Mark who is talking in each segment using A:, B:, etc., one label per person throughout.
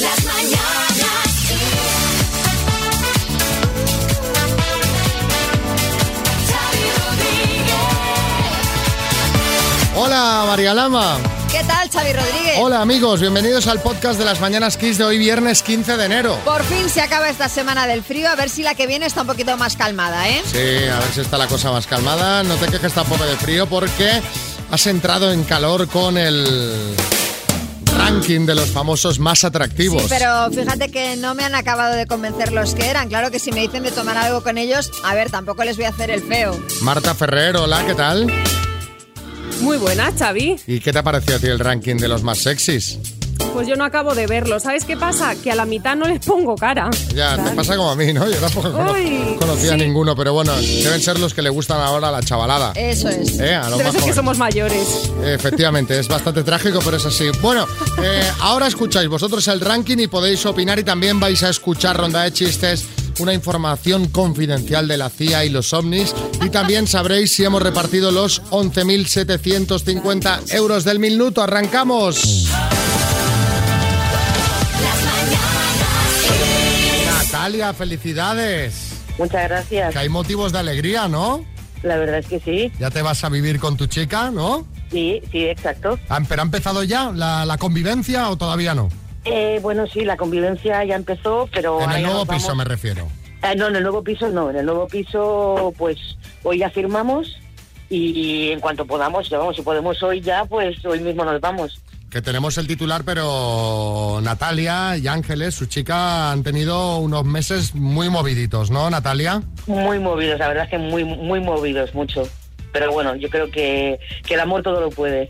A: Las mañanas Kiss. Xavi Rodríguez.
B: Hola María Lama.
C: ¿Qué tal, Xavi Rodríguez?
B: Hola amigos, bienvenidos al podcast de las Mañanas Kiss de hoy viernes 15 de enero.
C: Por fin se acaba esta semana del frío, a ver si la que viene está un poquito más calmada, ¿eh?
B: Sí, a ver si está la cosa más calmada. No te quejes tampoco de frío porque has entrado en calor con el ranking de los famosos más atractivos.
C: Sí, pero fíjate que no me han acabado de convencer los que eran. Claro que si me dicen de tomar algo con ellos, a ver, tampoco les voy a hacer el feo.
B: Marta Ferrer, hola, ¿qué tal?
D: Muy buena, Xavi.
B: ¿Y qué te ha parecido a ti el ranking de los más sexys?
D: Pues yo no acabo de verlo. ¿Sabes qué pasa? Que a la mitad no les pongo cara.
B: Ya, te pasa como a mí, ¿no? Yo tampoco cono-
D: Ay,
B: conocía a
D: sí.
B: ninguno, pero bueno, deben ser los que le gustan ahora a la chavalada.
C: Eso es.
B: Eh, a lo
D: Debe
B: más
D: ser que
B: joven.
D: somos mayores.
B: Efectivamente, es bastante trágico, pero es así. Bueno, eh, ahora escucháis vosotros el ranking y podéis opinar y también vais a escuchar Ronda de Chistes, una información confidencial de la CIA y los ovnis. Y también sabréis si hemos repartido los 11.750 euros del minuto. ¡Arrancamos!
A: Las mañanas Kiss.
B: Natalia, felicidades.
E: Muchas gracias.
B: Que hay motivos de alegría, ¿no?
E: La verdad es que sí.
B: Ya te vas a vivir con tu chica, ¿no?
E: Sí, sí, exacto.
B: Ah, ¿Pero ha empezado ya la, la convivencia o todavía no?
E: Eh, bueno, sí, la convivencia ya empezó, pero...
B: En
E: ahora
B: el
E: ya
B: nuevo
E: nos vamos-
B: piso me refiero.
E: Ah, no, en el nuevo piso no. En el nuevo piso, pues, hoy ya firmamos y en cuanto podamos, ya vamos, si podemos hoy ya, pues hoy mismo nos vamos.
B: Que tenemos el titular, pero Natalia y Ángeles, su chica, han tenido unos meses muy moviditos, ¿no, Natalia?
E: Muy movidos, la verdad es que muy, muy movidos, mucho. Pero bueno, yo creo que, que el amor todo lo puede.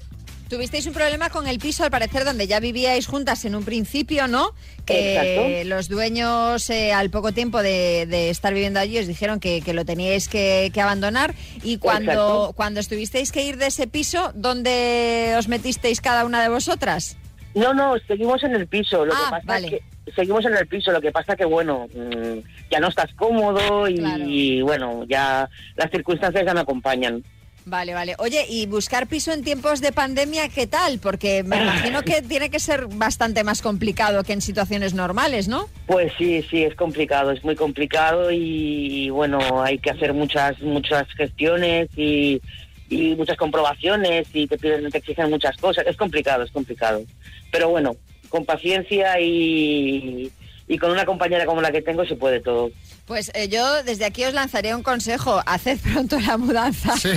C: Tuvisteis un problema con el piso, al parecer, donde ya vivíais juntas en un principio, ¿no? Que los dueños, eh, al poco tiempo de, de estar viviendo allí, os dijeron que, que lo teníais que, que abandonar. Y cuando,
E: Exacto.
C: cuando estuvisteis que ir de ese piso, ¿dónde os metisteis cada una de vosotras?
E: No, no, seguimos en el piso. Lo
C: Ah,
E: que pasa
C: vale.
E: es que seguimos en el piso. Lo que pasa que bueno, mm, ya no estás cómodo y,
C: Claro.
E: y, bueno, ya las circunstancias ya no acompañan.
C: Vale, vale. Oye, y buscar piso en tiempos de pandemia, ¿qué tal? Porque me imagino que tiene que ser bastante más complicado que en situaciones normales, ¿no?
E: Pues sí, sí, es complicado, es muy complicado y, bueno, hay que hacer muchas muchas gestiones y, y muchas comprobaciones y te piden, te exigen muchas cosas. Es complicado, es complicado. Pero bueno, con paciencia y, y con una compañera como la que tengo se puede todo.
C: Pues eh, yo desde aquí os lanzaré un consejo, haced pronto la mudanza,
B: Sí.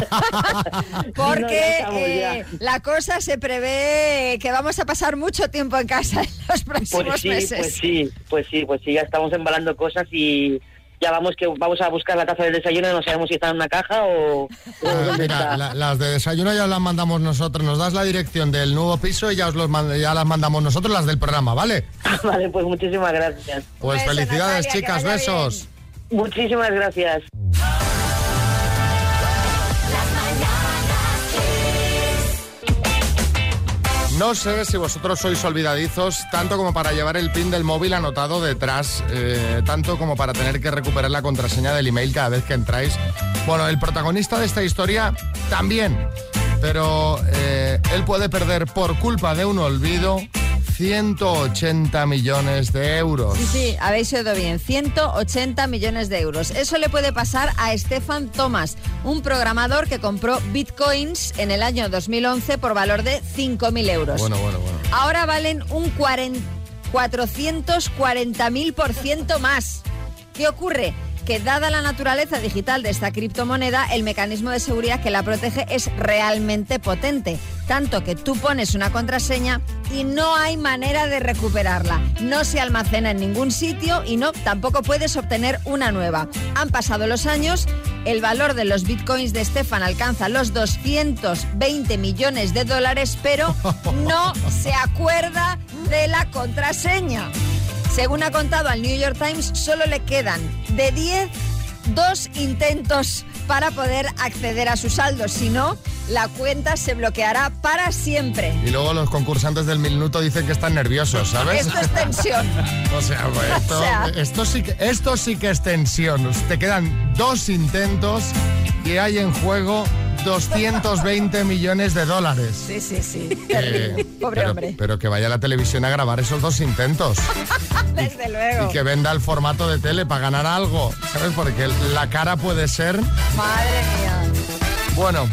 E: No,
C: porque
E: ya estamos,
C: eh, la cosa se prevé que vamos a pasar mucho tiempo en casa en los próximos
E: Pues sí,
C: meses.
E: pues sí, pues sí, pues sí, ya estamos embalando cosas y ya vamos que vamos a buscar la taza del desayuno y no sabemos si está en una caja o, o
B: Ah,
E: dónde
B: Mira,
E: está.
B: la- las de desayuno ya las mandamos nosotros. Nos das la dirección del nuevo piso y ya, os los mand- ya las mandamos nosotros, las del programa, ¿vale?
E: Vale, pues muchísimas gracias.
B: Pues
C: Beso,
B: felicidades,
C: Natalia, que
B: chicas,
C: vaya
B: besos.
E: Muchísimas gracias.
A: Las mañanas Kiss.
B: No sé si vosotros sois olvidadizos, tanto como para llevar el pin del móvil anotado detrás, eh, tanto como para tener que recuperar la contraseña del email cada vez que entráis. Bueno, el protagonista de esta historia también, pero eh, él puede perder por culpa de un olvido 180 millones de euros.
C: Sí, sí, habéis oído bien, 180 millones de euros. Eso le puede pasar a Stefan Thomas, un programador que compró bitcoins en el año 2011 por valor de 5.000 euros.
B: Bueno, bueno, bueno.
C: Ahora valen un 440.000% más. ¿Qué ocurre? Que dada la naturaleza digital de esta criptomoneda, el mecanismo de seguridad que la protege es realmente potente. Tanto que tú pones una contraseña y no hay manera de recuperarla. No se almacena en ningún sitio y no, tampoco puedes obtener una nueva. Han pasado los años, el valor de los bitcoins de Stefan alcanza los 220 millones de dólares, pero no se acuerda de la contraseña. Según ha contado al New York Times, solo le quedan de 10 dos intentos para poder acceder a su saldo, si no, la cuenta se bloqueará para siempre.
B: Y luego los concursantes del minuto dicen que están nerviosos, ¿sabes?
C: Esto es tensión.
B: O sea, pues, esto,
C: O sea.
B: esto sí que, esto sí que es tensión. Te quedan dos intentos y hay en juego 220 millones de dólares.
C: Sí, sí, sí.
B: Eh,
C: Pobre
B: pero,
C: hombre.
B: Pero que vaya a la televisión a grabar esos dos intentos.
C: Desde
B: Y
C: luego.
B: que venda el formato de tele para ganar algo. ¿Sabes? Porque la cara puede ser.
C: Madre mía.
B: Bueno,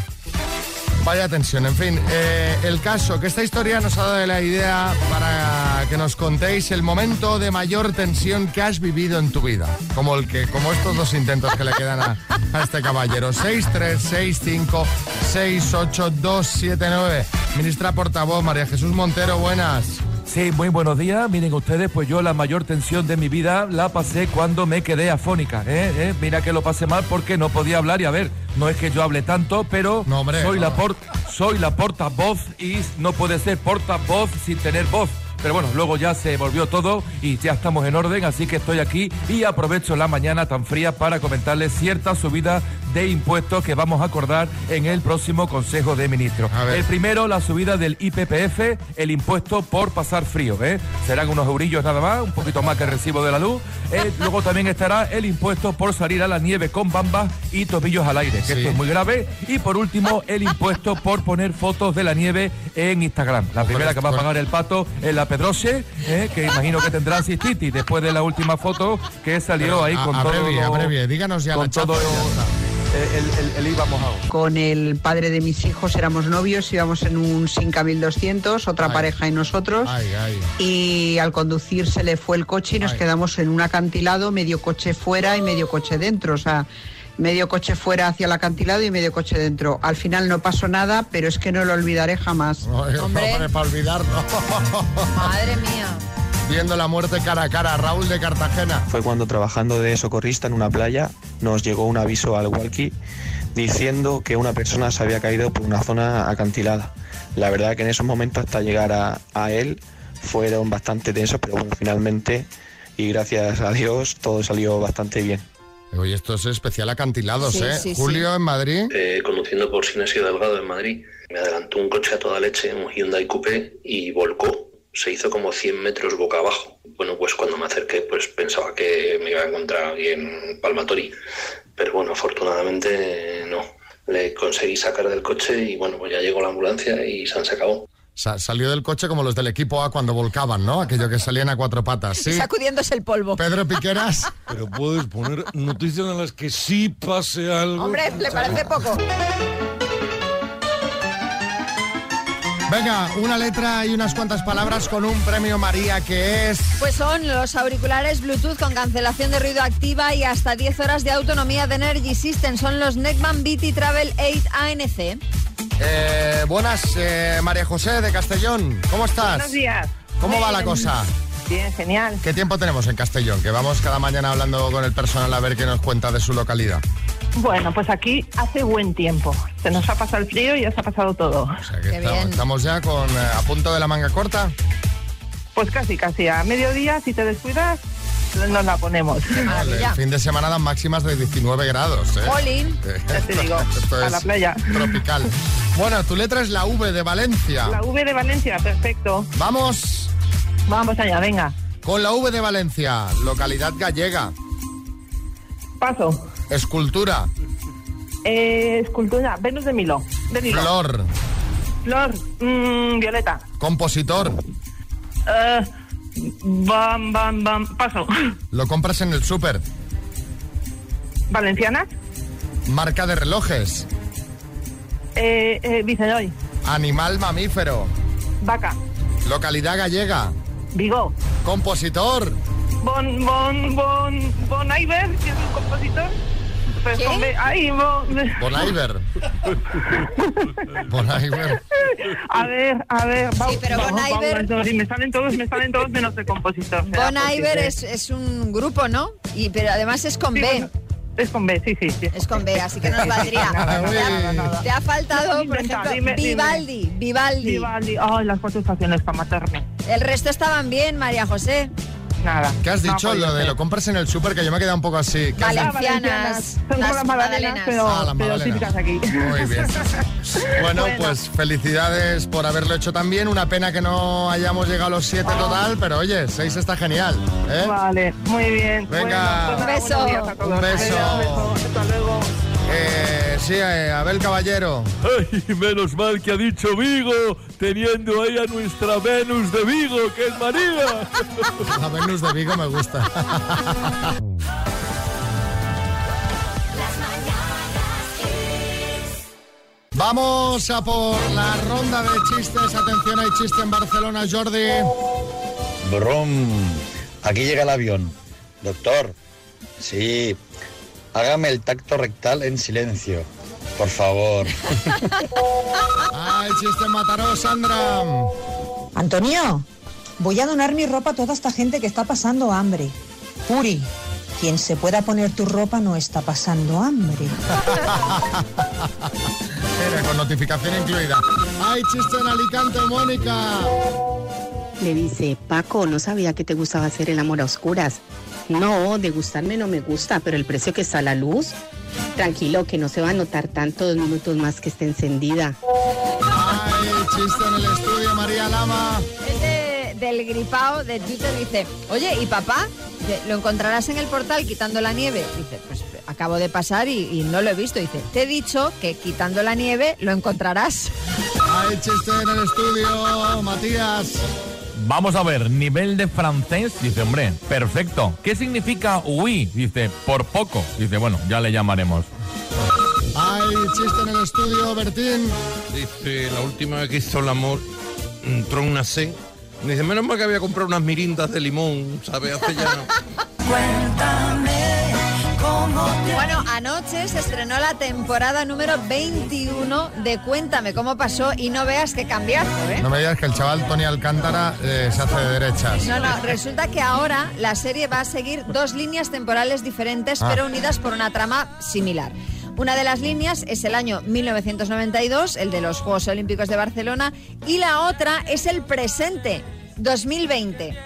B: vaya tensión. En fin, eh, el caso que esta historia nos ha dado la idea para que nos contéis el momento de mayor tensión que has vivido en tu vida. Como, el que, como estos dos intentos que le quedan a, a este caballero. 6, 3, 6, 5, 6, 8, 2, 7, 9. Ministra portavoz, María Jesús Montero, buenas.
F: Sí, muy buenos días. Miren ustedes, pues yo la mayor tensión de mi vida la pasé cuando me quedé afónica. ¿eh? ¿Eh? Mira que lo pasé mal porque no podía hablar y a ver, no es que yo hable tanto, pero
B: No, hombre,
F: soy,
B: no.
F: La por- soy la portavoz y no puede ser portavoz sin tener voz. Pero bueno, luego ya se volvió todo y ya estamos en orden, así que estoy aquí y aprovecho la mañana tan fría para comentarles cierta subida de impuestos que vamos a acordar en el próximo Consejo de Ministros.
B: A ver.
F: El Primero, la subida del IPPF, el impuesto por pasar frío. ¿eh? Serán unos eurillos nada más, un poquito más que el recibo de la luz. Eh, luego también estará el impuesto por salir a la nieve con bambas y tobillos al aire, que
B: Sí.
F: esto es muy grave. Y por último, el impuesto por poner fotos de la nieve en Instagram. La primera que va a pagar el pato es la Pedroche, ¿eh? que imagino que tendrá Cistiti después de la última foto que salió ahí
B: A-
F: con todo.
B: abrevie,
F: lo-
B: abrevie. Díganos ya la
F: con
B: chapa
F: todo
B: y ya está.
F: el, el- el IVA mojado.
G: Con el padre de mis hijos éramos novios, íbamos en un 5200, otra
B: Ay.
G: pareja y nosotros.
B: Ay, ay.
G: Y al conducir se le fue el coche y nos
B: Ay.
G: quedamos en un acantilado, medio coche fuera y medio coche dentro. O sea, medio coche fuera hacia el acantilado y medio coche dentro. Al final no pasó nada, pero es que no lo olvidaré jamás.
B: Ay,
C: Hombre.
B: para olvidarlo.
C: Madre mía.
B: Viendo la muerte cara a cara, Raúl de Cartagena.
H: fue cuando trabajando de socorrista en una playa nos llegó un aviso al walkie diciendo que una persona se había caído por una zona acantilada. La verdad que en esos momentos hasta llegar a, a él fueron bastante tensos, pero bueno, finalmente y gracias a Dios todo salió bastante bien.
B: Oye, esto es especial acantilados,
C: Sí,
B: ¿eh?
C: sí, sí.
B: Julio en Madrid.
I: eh, conduciendo por Sinesio Delgado en Madrid. Me adelantó un coche a toda leche, un Hyundai Coupé, y volcó. Se hizo como 100 metros boca abajo. Bueno, pues cuando me acerqué, pues pensaba que me iba a encontrar en Palmatori. Pero bueno, afortunadamente eh, no. Le conseguí sacar del coche y bueno, pues ya llegó la ambulancia y se han acabó.
B: Sa- salió del coche como los del equipo A cuando volcaban, ¿no? Aquello que salían a cuatro patas. Sí.
C: Sacudiéndose el polvo.
B: Pedro Piqueras.
J: Pero puedes poner noticias en las que sí pase algo.
C: Hombre, le parece poco.
B: Venga, una letra y unas cuantas palabras con un premio María que es.
C: Pues son los auriculares Bluetooth con cancelación de ruido activa y hasta 10 horas de autonomía de Energy System. Son los Neckman BT Travel 8 ANC.
B: Eh, buenas, eh, María José de Castellón. ¿Cómo estás?
E: Buenos días.
B: ¿Cómo va la
E: Bien.
B: cosa?
E: Bien, genial.
B: ¿Qué tiempo tenemos en Castellón? Que vamos cada mañana hablando con el personal a ver qué nos cuenta de su localidad.
E: Bueno, pues aquí hace buen tiempo. Se nos ha pasado el frío y ya se ha pasado todo.
B: O sea que
C: Qué
B: estamos,
C: bien.
B: estamos ya con eh, a punto de la manga corta.
E: Pues casi, casi. A mediodía, si te descuidas, nos la ponemos.
C: Maravilla.
B: El fin de semana dan máximas de 19 grados. ¿eh?
C: Jolín.
E: Ya te digo,
B: Esto
E: a
B: es
E: la playa.
B: Tropical. Bueno, tu letra es la V de Valencia.
E: La V de Valencia, perfecto.
B: Vamos
E: Vamos allá, venga.
B: con la V de Valencia, localidad gallega,
E: Paso.
B: escultura,
E: Eh, escultura, Venus de Milo. De Milo.
B: flor,
E: Flor, mm, Violeta.
B: compositor.
E: Eh, bam, bam, bam. Paso.
B: Lo compras en el súper.
E: Valencianas.
B: Marca de relojes.
E: Eh, eh, Viceroy.
B: Animal mamífero.
E: Vaca.
B: Localidad gallega.
E: Vigo.
B: Compositor.
E: Bon, bon, bon, Bon Iver, que es un compositor. Pues
C: ¿Qué?
E: con B- ay, bon-
B: Bon Iver. Bon Iver.
E: A ver, a ver.
C: Sí, pero Bon Iver-
E: y me salen todos, me salen todos menos el compositor. pues, ¿será
C: Bon Iver
E: posible?
C: es, es un grupo, ¿no? Y, pero además es con
E: Sí,
C: B.
E: bueno, es con B, sí, sí. sí.
C: Es con B, así que no nos valdría.
B: Ah,
C: Te
B: uy.
C: ha, te ha faltado, por
E: Inventa,
C: ejemplo,
E: dime, dime.
C: Vivaldi. Vivaldi.
E: Vivaldi. Ay, las cuatro estaciones para matarme.
C: El resto estaban bien, María José.
E: Nada.
B: ¿Qué has
E: No
B: dicho?
E: ha podido
B: lo de
E: ser.
B: lo compras en el súper, que yo me he quedado un poco así. ¿Qué has
C: Vale.
E: Ah,
B: dicho?
C: Valencianas,
E: Son como
C: las
E: las magdalenas,
C: magdalenas.
E: pero,
B: Ah, la
E: pero
B: magdalena.
E: típicas aquí.
B: Muy bien. Bueno,
E: Bueno.
B: pues felicidades por haberlo hecho también. Una pena que no hayamos llegado a los siete total, pero oye, seis está genial. ¿eh?
E: Ah. Vale, muy bien.
B: Venga.
E: Bueno, pues nada,
C: Un beso.
E: buenos días a todos.
B: Un beso.
E: Venga, un beso. Hasta luego.
B: Eh, sí, eh, Abel Caballero.
F: ¡Ay, menos mal que ha dicho Vigo! Teniendo ahí a nuestra Venus de Vigo, que es María.
B: La Venus de Vigo me gusta.
A: Las mañanas Kiss.
B: Vamos a por la ronda de chistes. Atención, hay chiste en Barcelona, Jordi.
H: Brum, aquí llega el avión. Doctor, sí, hágame el tacto rectal en silencio, por favor.
B: Ah, el chiste en Mataró, Sandra.
K: Antonio, voy a donar mi ropa a toda esta gente que está pasando hambre. Puri, quien se pueda poner tu ropa no está pasando hambre.
B: Mira, con notificación incluida. Hay chiste en Alicante, Mónica.
L: Le dice, Paco, no sabía que te gustaba hacer el amor a oscuras. No, de gustarme no me gusta, pero el precio que está la luz. Tranquilo, que no se va a notar tanto dos minutos más que esté encendida.
B: Hay chiste en el estudio, María Lama.
C: El de- del gripao de Twitter dice, oye, ¿y papá? Dice, lo encontrarás en el portal quitando la nieve. Dice, pues acabo de pasar y, y no lo he visto. Dice, te he dicho que quitando la nieve lo encontrarás.
B: Hay chiste en el estudio, Matías.
F: Vamos a ver, nivel de francés, dice hombre, perfecto. ¿Qué significa oui? Dice, por poco. Dice, bueno, ya le llamaremos.
B: Hay chiste en el estudio, Bertín.
J: Dice, la última vez que hizo el amor, entró una C. Dice, menos mal que había comprado unas mirindas de limón, ¿sabes? Hace ya...
C: Bueno, anoche se estrenó la temporada número 21 de Cuéntame cómo pasó y no veas qué cambiazo, ¿eh?
B: No me digas que el chaval Tony Alcántara eh, se hace de derechas.
C: No, no, resulta que ahora la serie va a seguir dos líneas temporales diferentes,
B: Ah.
C: pero unidas por una trama similar. Una de las líneas es el año 1992, el de los Juegos Olímpicos de Barcelona, y la otra es el presente, 2020.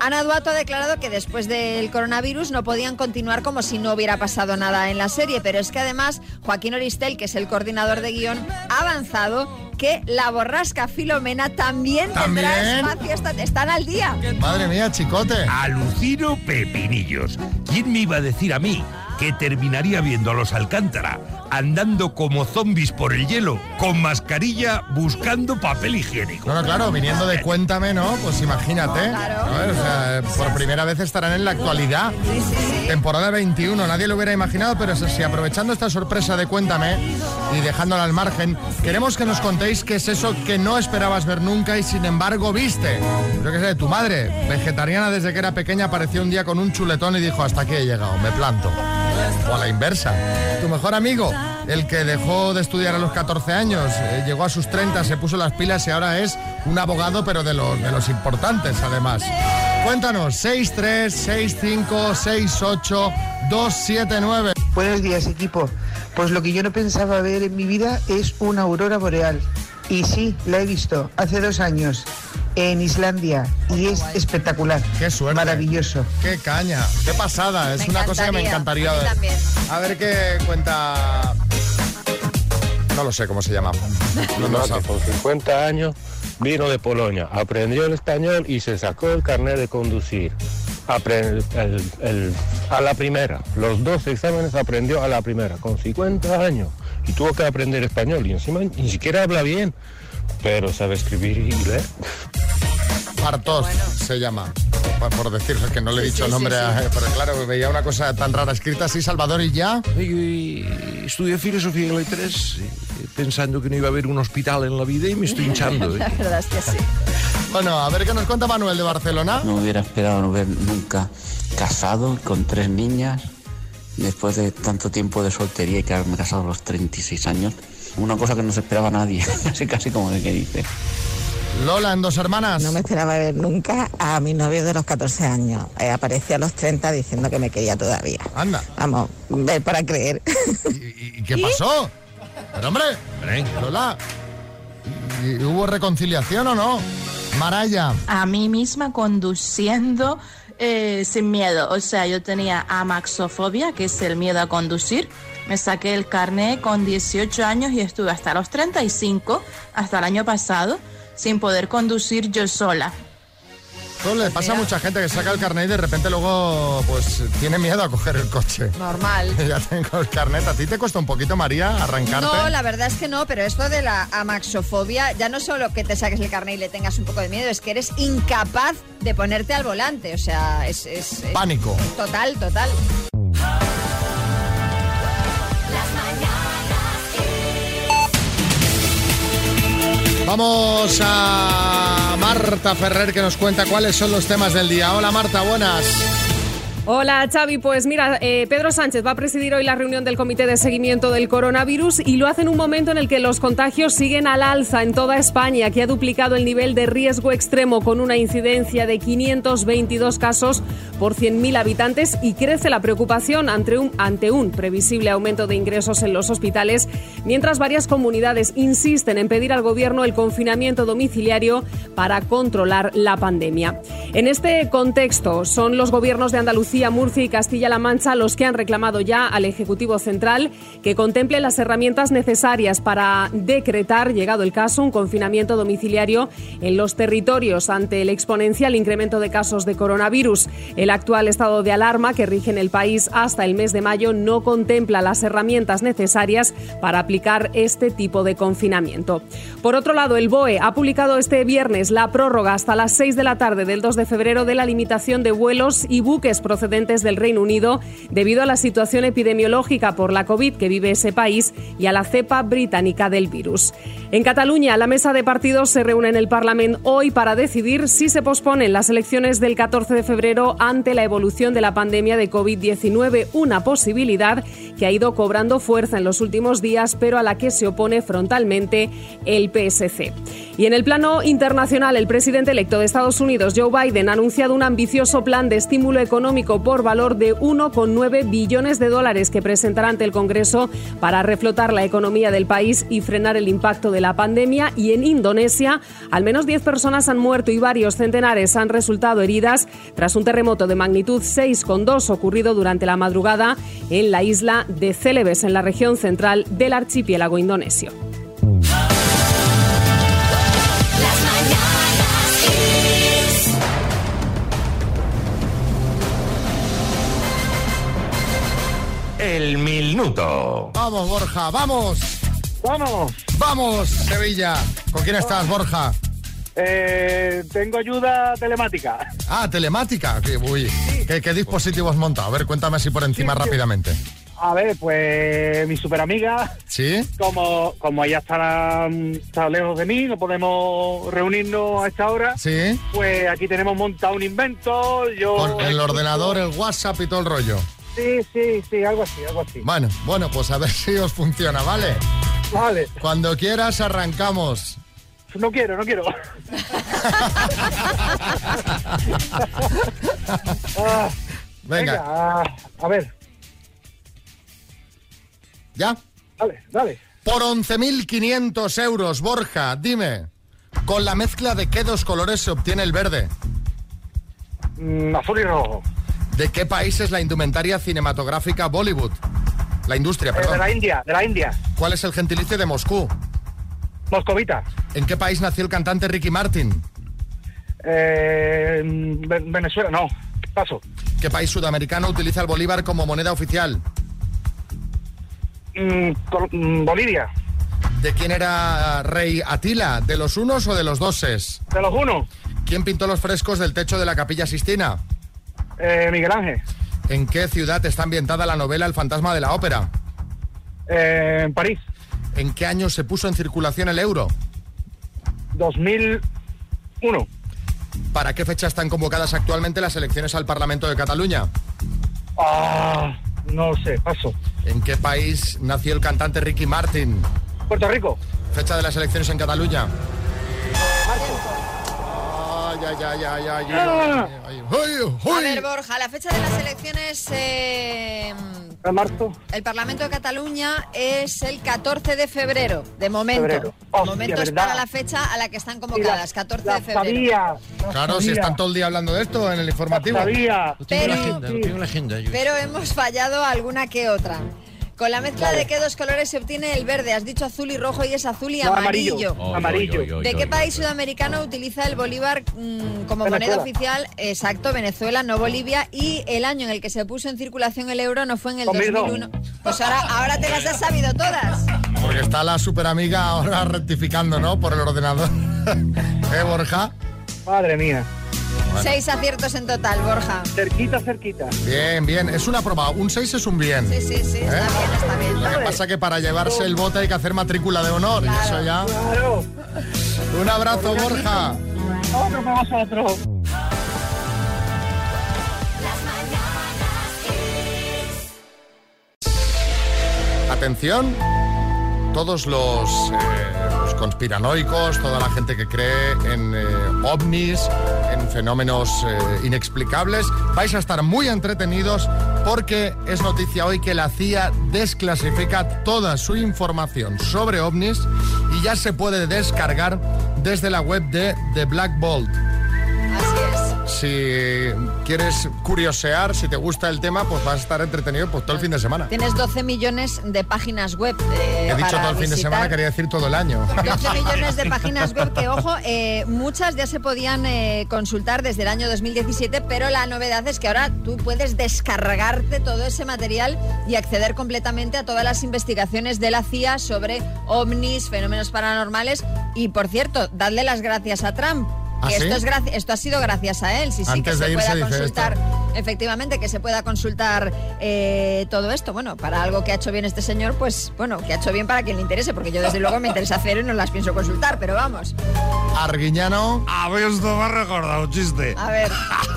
C: Ana Duato ha declarado que después del coronavirus no podían continuar como si no hubiera pasado nada en la serie, pero es que además Joaquín Oristel, que es el coordinador de guión, ha avanzado que la borrasca Filomena también, tendrá
B: ¿También?
C: espacio, esta- están al día.
B: Madre mía, chicote.
M: Alucino pepinillos. ¿Quién me iba a decir a mí que terminaría viendo a los Alcántara andando como zombies por el hielo, con mascarilla, buscando papel higiénico?
B: No, no, claro, viniendo de Cuéntame, ¿no? Pues imagínate.
C: Claro.
B: A ver, o sea, eh, por primera vez estarán en la actualidad. Temporada 21, nadie lo hubiera imaginado, pero eso sí, aprovechando esta sorpresa de Cuéntame y dejándola al margen, queremos que nos contéis qué es eso que no esperabas ver nunca y sin embargo viste. Yo qué sé, tu madre, vegetariana desde que era pequeña, apareció un día con un chuletón y dijo, hasta aquí he llegado, me planto. O a la inversa. Tu mejor amigo, el que dejó de estudiar a los 14 años, eh, llegó a sus 30, se puso las pilas y ahora es un abogado, pero de los, de los importantes además. Cuéntanos, 636568279.
G: Buenos días, equipo. Pues lo que yo no pensaba ver en mi vida es una aurora boreal. Y sí, la he visto hace dos años en Islandia y es espectacular.
B: Qué suerte.
G: Maravilloso.
B: Qué caña, qué pasada, es
C: Me
B: una cosa que me
C: encantaría,
B: encantaría
C: a mí
B: ver.
C: también.
B: A ver qué cuenta... No lo sé cómo se llama. No lo sé.
M: con 50 años vino de Polonia, aprendió el español y se sacó el carnet de conducir. Apre- el- el- a la primera, los dos exámenes aprendió a la primera, con 50 años, y tuvo que aprender español, y encima ni siquiera habla bien, pero sabe escribir y leer.
B: Partos se llama. Por, por decir que no le he dicho el nombre, a- pero claro, veía una cosa tan rara escrita así, Salvador y ya.
J: Estudié filosofía y letras eh, pensando que no iba a haber un hospital en la vida y me estoy hinchando.
C: La
J: ¿eh?
C: verdad es que sí.
B: Bueno, a ver qué nos cuenta Manuel de Barcelona.
M: No hubiera esperado no ver nunca casado con tres niñas después de tanto tiempo de soltería y que haberme casado a los 36 años. Una cosa que no se esperaba nadie, casi casi como de que dice.
B: Lola en dos hermanas.
K: No me esperaba ver nunca a mi novio de los 14 años. Eh, apareció a los 30 diciendo que me quería todavía.
B: Anda.
K: Vamos, ver para creer.
B: ¿Y, y qué pasó? Pero hombre, Lola. ¿y- y ¿Hubo reconciliación o no? Maraya.
L: a mí misma conduciendo eh, sin miedo. O sea, yo tenía amaxofobia, que es el miedo a conducir. Me saqué el carné con 18 años y estuve hasta los 35, hasta el año pasado, sin poder conducir yo sola.
B: Esto le pasa a mucha gente que saca el carnet y de repente luego pues tiene miedo a coger el coche.
C: Normal.
B: ya tengo el carnet. ¿A ti te cuesta un poquito, María, arrancarte?
C: No, la verdad es que no, pero esto de la amaxofobia, ya no solo que te saques el carnet y le tengas un poco de miedo, es que eres incapaz de ponerte al volante. O sea, es. es- es-
B: Pánico.
C: Total, total.
B: Vamos a Marta Ferrer que nos cuenta cuáles son los temas del día. Hola Marta, buenas.
D: Hola Xavi, pues mira, eh, Pedro Sánchez va a presidir hoy la reunión del Comité de Seguimiento del Coronavirus y lo hace en un momento en el que los contagios siguen al alza en toda España, que ha duplicado el nivel de riesgo extremo con una incidencia de 522 casos por 100.000 habitantes y crece la preocupación ante un, ante un previsible aumento de ingresos en los hospitales, mientras varias comunidades insisten en pedir al Gobierno el confinamiento domiciliario para controlar la pandemia. En este contexto, son los gobiernos de Andalucía, Murcia y Castilla-La Mancha los que han reclamado ya al Ejecutivo Central que contemple las herramientas necesarias para decretar, llegado el caso, un confinamiento domiciliario en los territorios ante el exponencial incremento de casos de coronavirus. El actual estado de alarma que rige en el país hasta el mes de mayo no contempla las herramientas necesarias para aplicar este tipo de confinamiento. Por otro lado, el BOE ha publicado este viernes la prórroga hasta las 6 de la tarde del 2 de febrero de la limitación de vuelos y buques procedentes del Reino Unido debido a la situación epidemiológica por la COVID que vive ese país y a la cepa británica del virus. En Cataluña, la mesa de partidos se reúne en el Parlamento hoy para decidir si se posponen las elecciones del 14 de febrero ante la evolución de la pandemia de COVID-19, una posibilidad que ha ido cobrando fuerza en los últimos días, pero a la que se opone frontalmente el PSC. Y en el plano internacional, el presidente electo de Estados Unidos, Joe Biden, ha anunciado un ambicioso plan de estímulo económico por valor de 1,9 billones de dólares que presentará ante el Congreso para reflotar la economía del país y frenar el impacto de la pandemia. Y en Indonesia, al menos 10 personas han muerto y varios centenares han resultado heridas tras un terremoto de magnitud 6,2 ocurrido durante la madrugada en la isla de Celebes, en la región central del archipiélago indonesio.
N: El minuto.
B: Vamos, Borja, vamos. Vamos. Vamos, Sevilla. ¿Con quién estás, Borja?
O: tengo ayuda Eh, telemática.
B: Ah, telemática. Qué- Uy, ¿qué, qué dispositivo has montado? A ver, cuéntame así por encima rápidamente.
O: A ver, pues mi superamiga,
B: ¿Sí?
O: como, como ella estará, mm, está lejos de mí, no podemos reunirnos a esta hora.
B: Sí.
O: Pues aquí tenemos montado un invento. Yo
B: Con el ordenador, el WhatsApp y todo el rollo.
O: Sí, sí, sí, algo así, algo así.
B: Bueno, bueno, pues a ver si os funciona, ¿vale?
O: Vale.
B: Cuando quieras arrancamos.
O: No quiero, no quiero. Ah,
B: Venga.
O: ah, a ver.
B: ¿Ya?
O: Dale, dale.
B: Por 11.500 euros, Borja, dime, ¿con la mezcla de qué dos colores se obtiene el verde?
O: Mm, azul y rojo.
B: ¿De qué país es la indumentaria cinematográfica Bollywood? La industria,
O: Eh,
B: perdón.
O: de la India, de la India.
B: ¿Cuál es el gentilicio de Moscú?
O: Moscovita.
B: ¿En qué país nació el cantante Ricky Martin?
O: Eh, Ve- Venezuela, no. Paso.
B: ¿Qué país sudamericano utiliza el bolívar como moneda oficial?
O: Mm, Col- mm, Bolivia.
B: ¿De quién era rey Atila? ¿De los unos o de los doses?
O: De los unos.
B: ¿Quién pintó los frescos del techo de la Capilla Sistina?
O: Eh, Miguel Ángel.
B: ¿En qué ciudad está ambientada la novela El fantasma de la ópera?
O: Eh, en París.
B: ¿En qué año se puso en circulación el euro?
O: 2001.
B: ¿Para qué fecha están convocadas actualmente las elecciones al Parlamento de Cataluña?
O: Ah, no sé, paso.
B: ¿En qué país nació el cantante Ricky Martin?
O: Puerto Rico.
B: ¿Fecha de las elecciones en Cataluña? Ay, ay, ay, ay, ay, ay,
O: Ah.
B: ay, ay, ay.
C: A ver, Borja, la fecha de las elecciones eh,
O: marzo.
C: el Parlamento de Cataluña es el 14 de febrero, de momento.
B: Febrero.
C: De
B: Hostia,
C: momento es
B: ¿verdad?
C: para la fecha a la que están convocadas, 14 de febrero.
B: Claro, si están todo el día hablando de esto en el informativo.
O: Sabía.
J: Lo tengo en la agenda, lo tengo en la agenda. yo.
C: Pero hemos fallado alguna que otra. Con la mezcla
O: Vale.
C: de qué dos colores se obtiene el verde. Has dicho azul y rojo y es azul y
O: No,
C: amarillo.
O: amarillo. Oy, Amarillo. oy, oy, oy,
C: ¿De
O: oy,
C: qué
O: oy,
C: país
B: Oh.
C: sudamericano utiliza el bolívar mm, como
O: Venezuela.
C: moneda oficial? Exacto, Venezuela, no Bolivia. Y el año en el que se puso en circulación el euro no fue en el
B: Conmigo.
C: 2001. Pues ahora, ahora te las has sabido todas.
B: Porque está la superamiga ahora rectificando, ¿no? Por el ordenador. ¿Eh, Borja?
O: Madre mía.
C: Seis aciertos en total, Borja.
O: Cerquita, cerquita.
B: Bien, bien. Es una prueba. Un 6 es un bien. ¿Eh?
C: Sí, sí, sí, está bien, está bien.
B: Lo que pasa que para llevarse el bote hay que hacer matrícula de honor. y eso ya. Un abrazo, Borja.
O: Otro para vosotros.
B: Atención, todos los, eh, los conspiranoicos, toda la gente que cree en eh, ovnis, en fenómenos eh, inexplicables, vais a estar muy entretenidos porque es noticia hoy que la CIA desclasifica toda su información sobre ovnis y ya se puede descargar desde la web de The Black Bolt. Si quieres curiosear, si te gusta el tema, pues vas a estar entretenido pues, todo el fin de semana.
C: Tienes 12 millones de páginas web. eh,
B: He dicho
C: para
B: todo el fin de
C: visitar.
B: semana, quería decir todo el año.
C: 12 millones de páginas web que, ojo, eh, muchas ya se podían eh, consultar desde el año 2017, pero la novedad es que ahora tú puedes descargarte todo ese material y acceder completamente a todas las investigaciones de la CIA sobre ovnis, fenómenos paranormales y, por cierto, darle las gracias a Trump.
B: ¿Ah,
C: que
B: sí?
C: esto, es graci- esto ha sido gracias a él, sí, sí,
B: Antes
C: que
B: de
C: se
B: irse
C: pueda
B: dice
C: consultar, efectivamente, que se pueda consultar eh, todo esto. Bueno, para algo que ha hecho bien este señor, pues bueno, que ha hecho bien para quien le interese, porque yo desde luego me interesa hacer y no las pienso consultar, pero vamos,
B: Arguiñano.
J: Ah, A ver, esto me ha recordado un chiste.
C: a ver.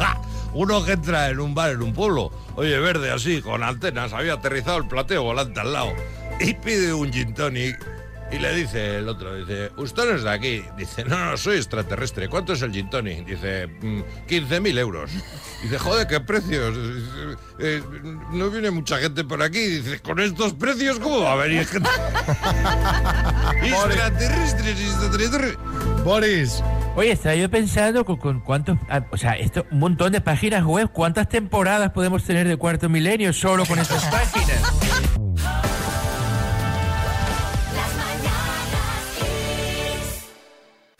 J: Uno que entra en un bar en un pueblo, oye, verde así, con antenas, había aterrizado el plateo volante al lado, y pide un gin tonic. Y le dice el otro, dice, usted no es de aquí. Dice, no, no, soy extraterrestre. ¿Cuánto es el gin tonic? Dice, "Mm, 15.000 euros. Dice, joder, qué precios. Dice, "Eh, no viene mucha gente por aquí. Dice, con estos precios, ¿cómo va a venir gente? Extraterrestres, extraterrestres.
B: Boris.
P: Oye, estaba yo pensando con, con cuántos, ah, o sea, esto, un montón de páginas web, ¿cuántas temporadas podemos tener de Cuarto Milenio solo con estas páginas?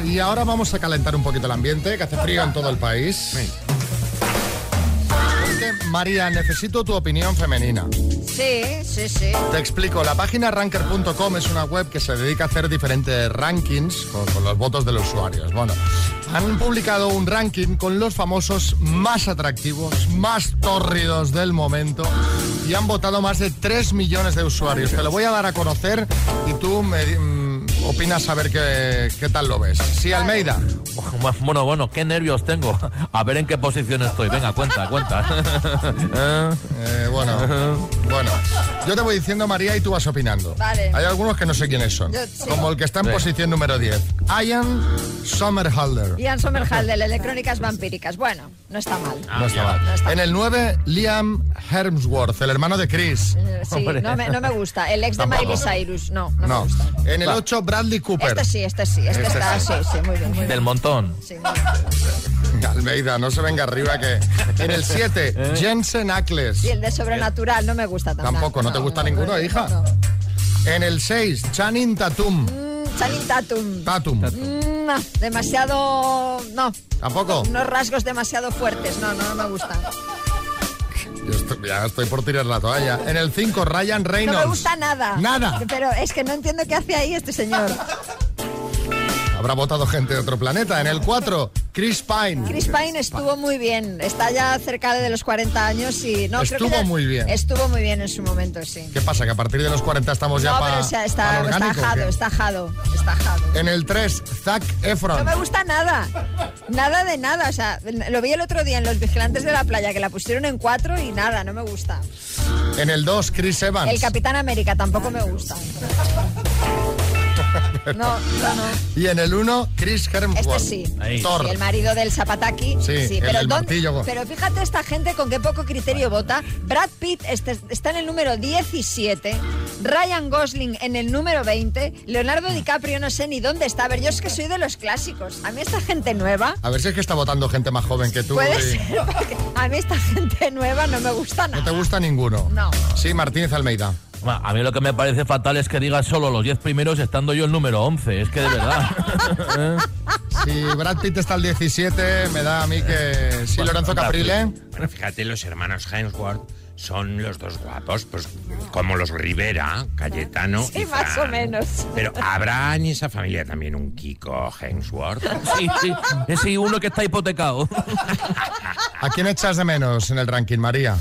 B: Y ahora vamos a calentar un poquito el ambiente, que hace frío en todo el país. Oye, María, necesito tu opinión femenina.
C: Sí, sí, sí.
B: Te explico, la página ranker.com es una web que se dedica a hacer diferentes rankings con, con los votos de los usuarios. Bueno, han publicado un ranking con los famosos más atractivos, más tórridos del momento y han votado más de 3 millones de usuarios. Te lo voy a dar a conocer y tú me di- mm, opinas a ver qué, qué tal lo ves. Sí, Almeida.
P: Bueno, bueno, qué nervios tengo. A ver en qué posición estoy. Venga, cuenta, cuenta.
B: Eh, bueno, bueno, yo te voy diciendo María y tú vas opinando.
C: Vale.
B: Hay algunos que no sé quiénes son,
C: Yo sí.
B: como el que está en
P: Sí.
B: posición número 10, Ian Somerhalder.
C: Ian Somerhalder, el de Crónicas Vampíricas. Bueno, no está mal.
P: Ah,
B: Ah, No está mal. En el 9, Liam Hemsworth, el hermano de Chris.
C: Eh, Sí, no me, no me gusta. El ex de
B: Tampoco.
C: Miley Cyrus, no, no, me
B: No.
C: gusta.
B: En el
C: Va.
B: 8, Bradley Cooper.
C: Este sí, este sí, este,
B: Este
C: está,
B: sí.
C: sí, sí, muy bien, muy bien.
P: Del montón.
C: Sí, muy bien.
B: Almeida, no se venga arriba que... En el 7,
P: Eh.
B: Jensen Ackles.
C: Y el de Sobrenatural no me gusta tampoco.
B: Tampoco, no te gusta ninguno, hija. En el 6, Channing Tatum.
C: Channing Tatum.
B: Tatum.
C: Mm, No, demasiado... No.
B: ¿Tampoco?
C: Unos rasgos demasiado fuertes, no, no, no me gusta.
B: Yo estoy- ya estoy por tirar la toalla. En el 5, Ryan Reynolds.
C: No me gusta nada.
B: Nada.
C: Pero es que no entiendo qué hace ahí este señor.
B: Habrá votado gente de otro planeta. En el 4, Chris Pine.
C: Chris Pine estuvo muy bien. Está ya cerca de los 40 años y... No, creo que
B: Estuvo
C: ya-
B: muy bien.
C: Estuvo muy bien en su momento, sí.
B: ¿Qué pasa? Que a partir de los 40 estamos ya
C: no,
B: para.
C: pero o sea, está, está ajado, está ajado, está ajado.
B: En el 3, Zac Efron.
C: No me gusta nada. Nada de nada. O sea, lo vi el otro día en Los Vigilantes de la Playa, que la pusieron en cuatro y nada, no me gusta.
B: En el 2, Chris Evans.
C: El Capitán América tampoco me gusta. No, no, no.
B: Y en el 1, Chris Hemsworth.
C: Este sí.
B: Ahí.
C: Sí,
B: Thor.
C: el marido del Zapataki.
B: Sí, el
C: pero,
B: del
C: ¿dónde-
B: martillo.
C: pero fíjate esta gente con qué poco criterio vota. Brad Pitt este- está en el número 17, Ryan Gosling en el número 20,
B: Mm.
C: Leonardo DiCaprio no sé ni dónde está. A ver, yo es que soy de los clásicos. A mí esta gente nueva...
B: A ver si es que está votando gente más joven que tú.
C: Puede
B: y
C: ser, porque a mí esta gente nueva no me gusta
B: No
C: nada.
B: te gusta ninguno.
C: No.
B: Sí, Martínez Almeida.
Q: Ma, A mí lo que me parece fatal es que digas solo los 10 primeros estando yo el número 11. Es que de verdad.
B: Si Brad Pitt está al 17, me da a mí que... Sí, Lorenzo Caprile.
J: Bueno, pues, fíjate, los hermanos Hemsworth son los dos guapos, pues como los Rivera, Cayetano y
C: Sí, más o
J: Fran.
C: menos.
J: Pero habrá en esa familia también un Kiko Hemsworth.
Q: Sí, sí. Ese uno que está hipotecado.
B: ¿A quién echas de menos en el ranking, María?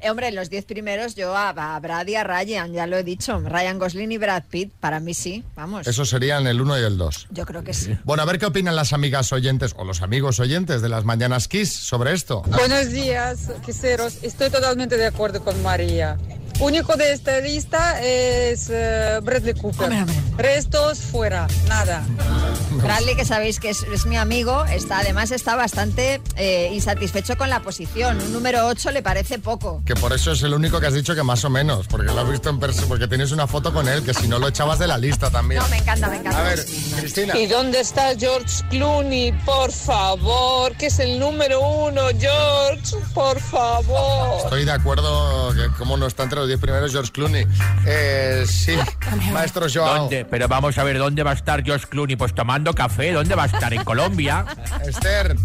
C: Eh, hombre, en los 10 primeros yo a, a Brad y a Ryan, ya lo he dicho. Ryan Gosling y Brad Pitt, para mí sí, vamos.
B: Eso serían el 1 y el 2.
C: Yo creo que sí.
B: Bueno, a ver qué opinan las amigas oyentes o los amigos oyentes de las Mañanas Kiss sobre esto.
G: Buenos días, quiseros. Estoy totalmente de acuerdo con María. Único de esta lista es eh, Bradley Cooper. Restos fuera, nada.
C: Bradley, que sabéis que es, es mi amigo, está, además está bastante eh, insatisfecho con la posición. Un número 8 le parece poco.
B: Que por eso es el único que has dicho que más o menos, porque lo has visto en persona, porque tienes una foto con él, que si no lo echabas de la lista también.
C: No, me encanta, me encanta.
B: A ver, Cristina.
G: ¿Y dónde está George Clooney? Por favor, que es el número uno, George, por favor.
B: Estoy de acuerdo que como no está entre los 10 primeros George Clooney. Eh, sí, maestro Joao.
F: ¿Dónde? Pero vamos a ver, ¿dónde va a estar George Clooney? Pues tomando café, ¿dónde va a estar? ¿En Colombia?
B: Esther.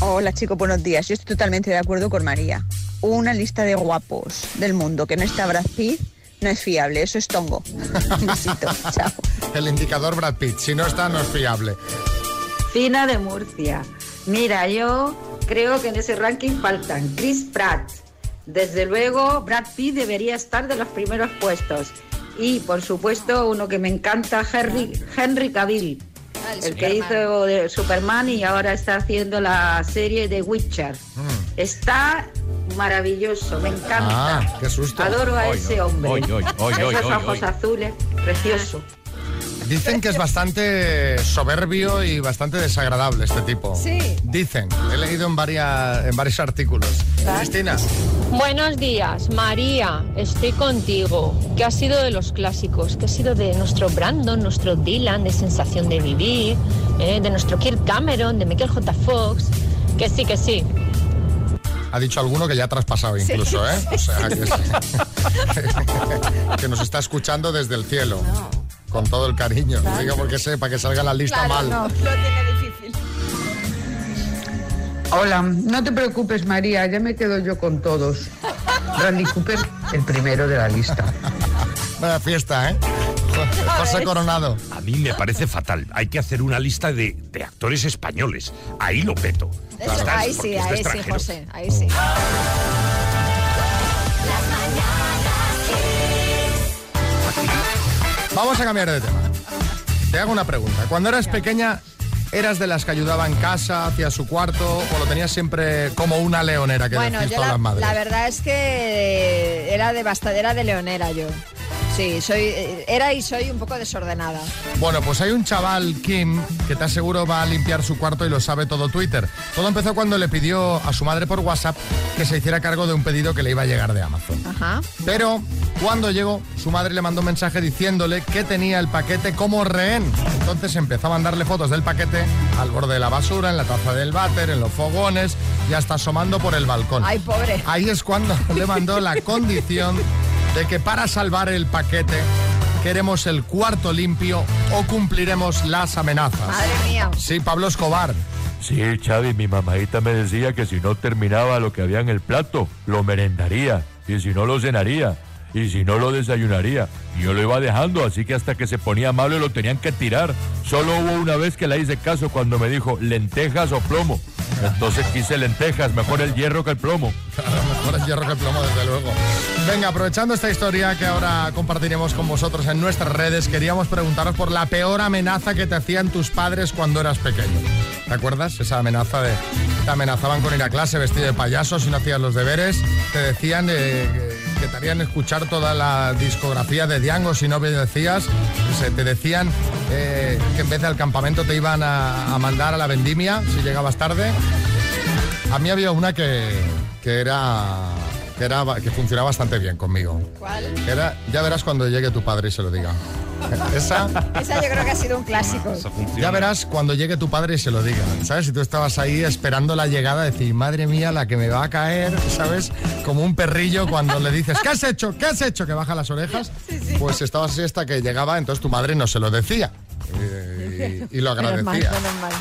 R: Hola chicos, buenos días. Yo estoy totalmente de acuerdo con María. Una lista de guapos del mundo que no está Brad Pitt no es fiable, eso es tongo. Un besito, chao.
B: El indicador Brad Pitt. Si no está, no es fiable.
S: Fina de Murcia. Mira, yo creo que en ese ranking faltan Chris Pratt. Desde luego, Brad Pitt debería estar de los primeros puestos. Y, por supuesto, uno que me encanta, Henry, Henry Cavill.
C: Ah, el
S: El que
C: Superman.
S: hizo de Superman y ahora está haciendo la serie de Witcher. Está maravilloso, me encanta.
B: Ah, qué susto.
S: Adoro a
B: Hoy,
S: ese
B: hoy,
S: hombre.
B: hoy, hoy, hoy, hoy,
S: Esos
B: hoy,
S: ojos
B: hoy.
S: azules, precioso.
B: Dicen que es bastante soberbio y bastante desagradable este tipo.
S: Sí.
B: Dicen. He leído en, varias, en varios artículos. Cristina.
T: Buenos días, María. Estoy contigo. ¿Qué ha sido de los clásicos? ¿Qué ha sido de nuestro Brandon, nuestro Dylan, de Sensación de Vivir, eh, de nuestro Kirk Cameron, de Michael J. Fox? Que sí, que sí.
B: Ha dicho alguno que ya ha traspasado
T: Sí.
B: incluso, ¿eh? O sea, que, que nos está escuchando desde el cielo. Con todo el cariño. No digo porque sepa que salga la lista mal.
U: Hola, no te preocupes María, ya me quedo yo con todos. Bradley Cooper, el primero de la lista.
B: Buena fiesta, ¿eh? José Coronado.
J: A mí me parece fatal. Hay que hacer una lista de, de actores españoles. Ahí lo peto.
C: Eso-
J: Bastante,
C: ahí
J: porque
C: sí,
J: es de
C: ahí sí,
J: extranjero.
C: José, ahí sí.
B: Vamos a cambiar de tema. Te hago una pregunta. Cuando eras pequeña, ¿eras de las que ayudaba en casa, hacia su cuarto, o lo tenías siempre como una leonera que
C: Bueno,
B: decís
C: yo
B: todas
C: la,
B: las madres?
C: la verdad es que era devastadera de leonera yo. Sí, soy, eh, era y soy un poco desordenada.
B: Bueno, pues hay un chaval, Kim, que te aseguro va a limpiar su cuarto y lo sabe todo Twitter. Todo empezó cuando le pidió a su madre por WhatsApp que se hiciera cargo de un pedido que le iba a llegar de Amazon.
C: Ajá.
B: Pero cuando llegó, su madre le mandó un mensaje diciéndole que tenía el paquete como rehén. Entonces empezó a mandarle fotos del paquete al borde de la basura, en la taza del váter, en los fogones y hasta asomando por el balcón.
C: Ay, pobre.
B: Ahí es cuando le mandó la condición de que para salvar el paquete queremos el cuarto limpio o cumpliremos las amenazas.
C: Madre mía.
B: Sí, Pablo Escobar.
F: Sí, Xavi, mi mamadita me decía que si no terminaba lo que había en el plato, lo merendaría. Y si no, lo cenaría. Y si no, lo desayunaría. Y yo lo iba dejando, así que hasta que se ponía malo lo tenían que tirar. Solo hubo una vez que le hice caso cuando me dijo lentejas o plomo. Entonces quise lentejas, mejor el hierro que el plomo.
B: Mejor el hierro que el plomo, desde luego. Venga, aprovechando esta historia que ahora compartiremos con vosotros en nuestras redes, queríamos preguntaros por la peor amenaza que te hacían tus padres cuando eras pequeño. ¿Te acuerdas? Esa amenaza de... Te amenazaban con ir a clase vestido de payaso si no hacías los deberes. Te decían eh, que- que te harían escuchar toda la discografía de Diango si no obedecías. Se- te decían eh, que en vez del campamento te iban a- a mandar a la vendimia si llegabas tarde. A mí había una que, que era que, era, ba- que funcionaba bastante bien conmigo.
C: ¿Cuál?
B: Que era, ya verás cuando llegue tu padre y se lo diga. Esa,
C: Esa yo creo que ha sido un clásico.
B: ya verás cuando llegue tu padre y se lo diga. ¿Sabes? Si tú estabas ahí esperando la llegada, decir, madre mía, la que me va a caer, ¿sabes? Como un perrillo cuando le dices, ¿qué has hecho? ¿Qué has hecho? Que baja las orejas. Pues estabas así hasta que llegaba, entonces tu madre no se lo decía. Eh, Y, y lo
E: Menos mal,
B: agradecía.
E: menos mal.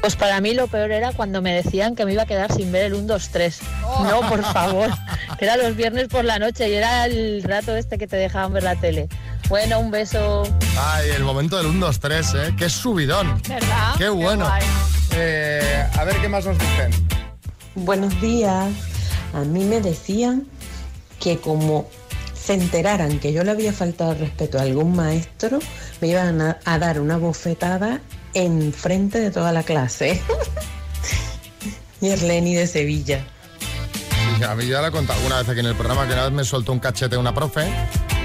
E: Pues para mí lo peor era cuando me decían que me iba a quedar sin ver el 1, 2, 3. No, por favor. Que era los viernes por la noche y era el rato este que te dejaban ver la tele. Bueno, un beso.
B: Ay, el momento del 1, 2, 3, ¿eh? Qué subidón.
E: ¿Verdad?
B: Qué bueno.
E: guay.
B: Eh, a ver qué más nos dicen.
I: Buenos días. A mí me decían que como se enteraran que yo le había faltado el respeto a algún maestro, me iban a, a dar una bofetada en frente de toda la clase. Yerleni de Sevilla.
B: Sí, a mí ya la he contado una vez aquí en el programa que una vez me soltó un cachete una profe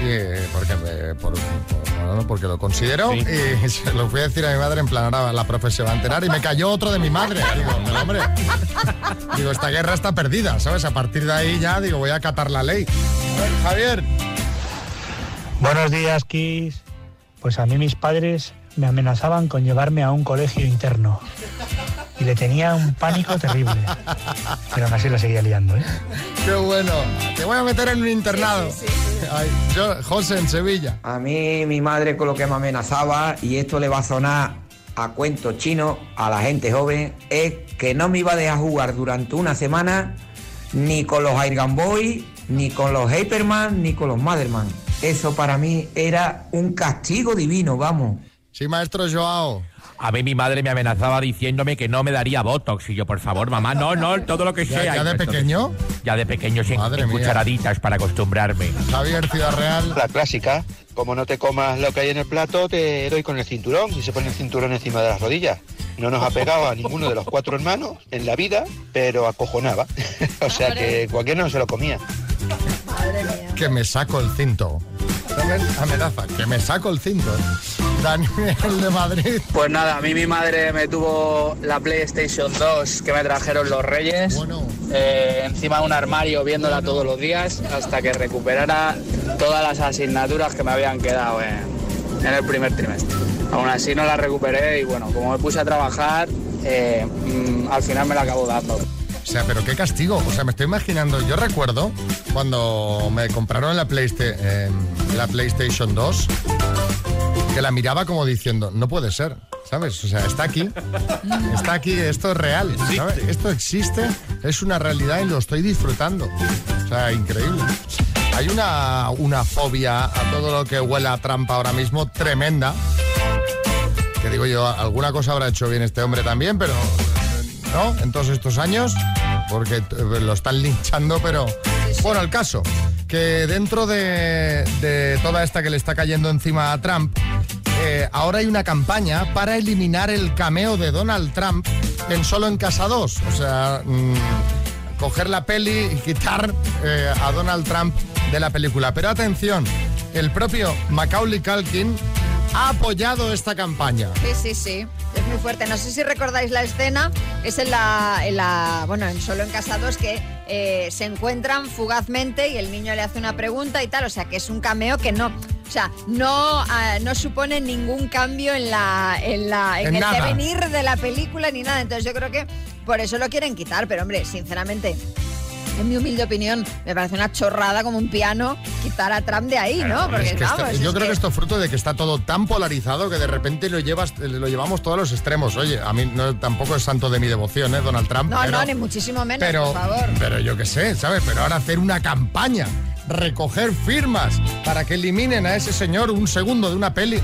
B: y, eh, porque, me- por- por- bueno, porque lo considero y se lo fui a decir a mi madre en plan ahora la profe se va a enterar y me cayó otro de mi madre. Digo, "No, hombre, digo, esta guerra está perdida, ¿sabes? A partir de ahí ya digo, voy a acatar la ley. A ver, Javier.
V: Buenos días, Kiss. Pues a mí mis padres me amenazaban con llevarme a un colegio interno. Y le tenía un pánico terrible. Pero aún así la seguía liando, ¿eh?
B: Qué bueno. Te voy a meter en un internado. Ay, yo- José en Sevilla.
W: A mí mi madre con lo que me amenazaba, y esto le va a sonar a cuento chino a la gente joven, es que no me iba a dejar jugar durante una semana ni con los Air Gun Boy, ni con los Hyperman, ni con los Motherman. Eso para mí era un castigo divino, vamos.
B: Sí, maestro Joao.
X: A mí mi madre me amenazaba diciéndome que no me daría botox. Y yo, por favor, mamá, no, no, todo lo que
B: ¿Ya-
X: sea.
B: ya
X: Y
B: de
X: entonces,
B: pequeño?
X: Ya de pequeño, sin
B: Madre
X: en
B: mía.
X: cucharaditas para acostumbrarme.
B: Javier Ciudad Real.
Y: La clásica, como no te comas lo que hay en el plato, te doy con el cinturón y se pone el cinturón encima de las rodillas. No nos ha pegado a ninguno de los cuatro hermanos en la vida, pero acojonaba. o sea que cualquiera no se lo comía.
B: Que me saco el cinto. ¿Sabes? Amenaza, que me saco el cinto. Daniel de Madrid.
Z: Pues nada, a mí mi madre me tuvo la PlayStation 2 que me trajeron los Reyes. eh, encima de un armario viéndola todos los días hasta que recuperara todas las asignaturas que me habían quedado en, en el primer trimestre. Aún así no la recuperé y bueno, como me puse a trabajar, eh, mm, al final me la acabo dando.
B: O sea, pero qué castigo. O sea, me estoy imaginando. Yo recuerdo cuando me compraron la, Playsta- eh, la PlayStation 2, que la miraba como diciendo, no puede ser, ¿sabes? O sea, está aquí, está aquí, esto es real, ¿sabes? Esto existe, es una realidad y lo estoy disfrutando. O sea, increíble. Hay una, una fobia a todo lo que huela a trampa ahora mismo tremenda. Que digo yo, alguna cosa habrá hecho bien este hombre también, pero ¿no? En todos estos años, porque t- lo están linchando, pero bueno, el caso, que dentro de, de toda esta que le está cayendo encima a Trump, eh, ahora hay una campaña para eliminar el cameo de Donald Trump en Solo en Casa 2, o sea, mm, coger la peli y quitar eh, a Donald Trump de la película. Pero atención, el propio Macaulay Culkin ha apoyado esta campaña.
C: Sí, sí, sí. Es muy fuerte. No sé si recordáis la escena. Es en la. en la- bueno, en Solo en Casa 2 que eh, se encuentran fugazmente y el niño le hace una pregunta y tal. O sea, que es un cameo que no. O sea, no, ah, no supone ningún cambio en, la, en, la, en
B: En
C: el
B: nada.
C: devenir de la película ni nada. Entonces yo creo que por eso lo quieren quitar. Pero hombre, sinceramente. En mi humilde opinión, me parece una chorrada como un piano quitar a Trump de ahí, ¿no? Porque
B: Es que
C: vamos,
B: está-
C: es
B: yo creo
C: que-
B: que esto es fruto de que está todo tan polarizado que de repente lo llevas, lo llevamos todos a los extremos. Oye, a mí no- tampoco es santo de mi devoción, ¿eh? Donald Trump.
C: No,
B: pero,
C: no, ni muchísimo menos,
B: pero,
C: por favor.
B: pero yo qué sé, ¿sabes? Pero ahora hacer una campaña, recoger firmas para que eliminen a ese señor un segundo de una peli.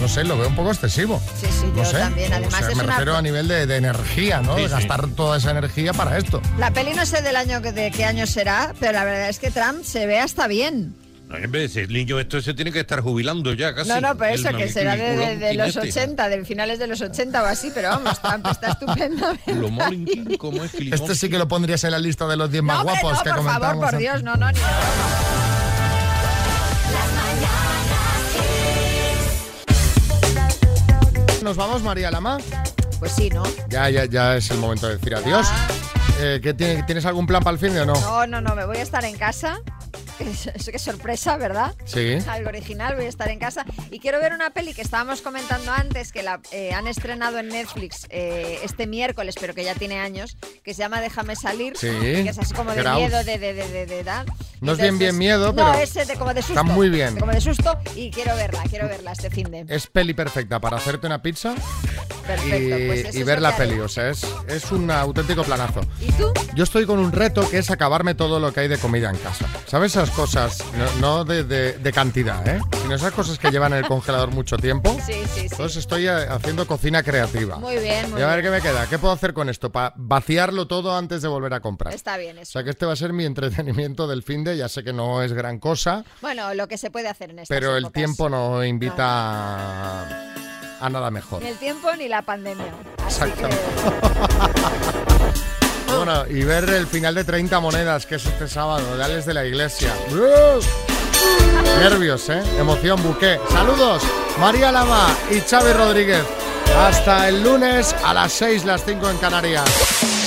B: No sé, lo veo un poco excesivo.
C: Sí, sí,
B: no
C: yo
B: sé.
C: también.
B: O
C: Además,
B: sea,
C: es
B: me
C: una-
B: refiero a nivel de, de energía, ¿no?
C: Sí,
B: de
C: sí.
B: gastar toda esa energía para esto.
C: La peli no sé del año que- de qué año será, pero la verdad es que Trump se ve hasta bien.
J: No, hombre, ese niño esto se tiene que estar jubilando ya casi.
C: no, no, pero
J: Ah, El este.
C: eso que será de, de- de los
J: mamiculón
C: 80, de finales de los 80 o así, pero vamos, Trump está estupendo.
J: Molinquín, ¿cómo es que
B: Este sí que lo pondrías en la lista de los 10 más
C: No, hombre,
B: guapos
C: no,
B: que
C: por
B: comentamos.
C: favor, por
B: antes.
C: Dios, no, no, ni
B: ¿Nos vamos, María Lama?
C: Pues sí, ¿no?
B: Ya, ya, ya es el momento de decir adiós. Eh, ¿qué tiene- ¿Tienes algún plan para el fin de o no?
C: No, no, no, me voy a estar en casa. Es- es- Qué sorpresa, ¿verdad?
B: Sí.
C: Algo original, voy a estar en casa. Y quiero ver una peli que estábamos comentando antes, que la eh, han estrenado en Netflix eh, este miércoles, pero que ya tiene años, que se llama Déjame salir,
B: Sí.
C: que es así como de
B: Graus.
C: miedo, de, de, de, de, de- da.
B: No es Pues bien, bien miedo,
C: No,
B: pero
C: es eh, de, como de susto.
B: está muy bien. Eh,
C: de como de susto y quiero verla, quiero verla este fin de.
B: Es peli perfecta para hacerte una pizza y,
C: Perfecto, pues eso
B: y
C: es
B: ver
C: lo
B: la
C: que haré.
B: peli. O sea, es, es un auténtico planazo.
C: ¿Y tú?
B: Yo estoy con un reto que es acabarme todo lo que hay de comida en casa. ¿Sabes esas cosas? No, no de, de- de cantidad, ¿eh? Sino esas cosas que llevan en el congelador mucho tiempo.
C: Sí, sí, sí.
B: Entonces estoy eh, haciendo cocina creativa.
C: Muy bien, muy
B: y a ver
C: bien.
B: qué me queda. ¿Qué puedo hacer con esto? Para vaciarlo todo antes de volver a comprar.
C: Está bien
B: O
C: eso.
B: sea que este va a ser mi entretenimiento del fin de. Ya sé que no es gran cosa,
C: Bueno, lo que se puede hacer en este esta
B: pero el tiempo no invita a- a nada mejor.
C: Ni el tiempo ni la pandemia. Así que,
B: Exactamente. Bueno, y ver el final de 30 monedas, que es este sábado, de Alex de la Iglesia. Nervios, ¿eh? Emoción, buque. Saludos, María Lama y Xavi Rodríguez. Hasta el lunes a las 6, las 5 en Canarias.